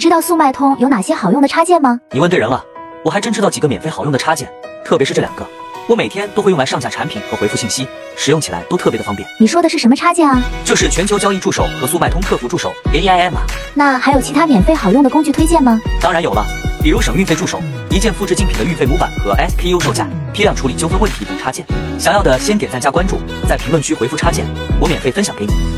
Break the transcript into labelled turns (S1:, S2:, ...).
S1: 知道速卖通有哪些好用的插件吗？
S2: 你问对人了，我还真知道几个免费好用的插件，特别是这两个，我每天都会用来上下产品和回复信息，使用起来都特别的方便。
S1: 你说的是什么插件啊？
S2: 这是全球交易助手和速卖通客服助手 AIM 啊，
S1: 那还有其他免费好用的工具推荐吗？
S2: 当然有了，比如省运费助手，一键复制竞品的运费模板和 SKU 售价，批量处理纠纷问题等插件。想要的先点赞加关注，在评论区回复插件，我免费分享给你。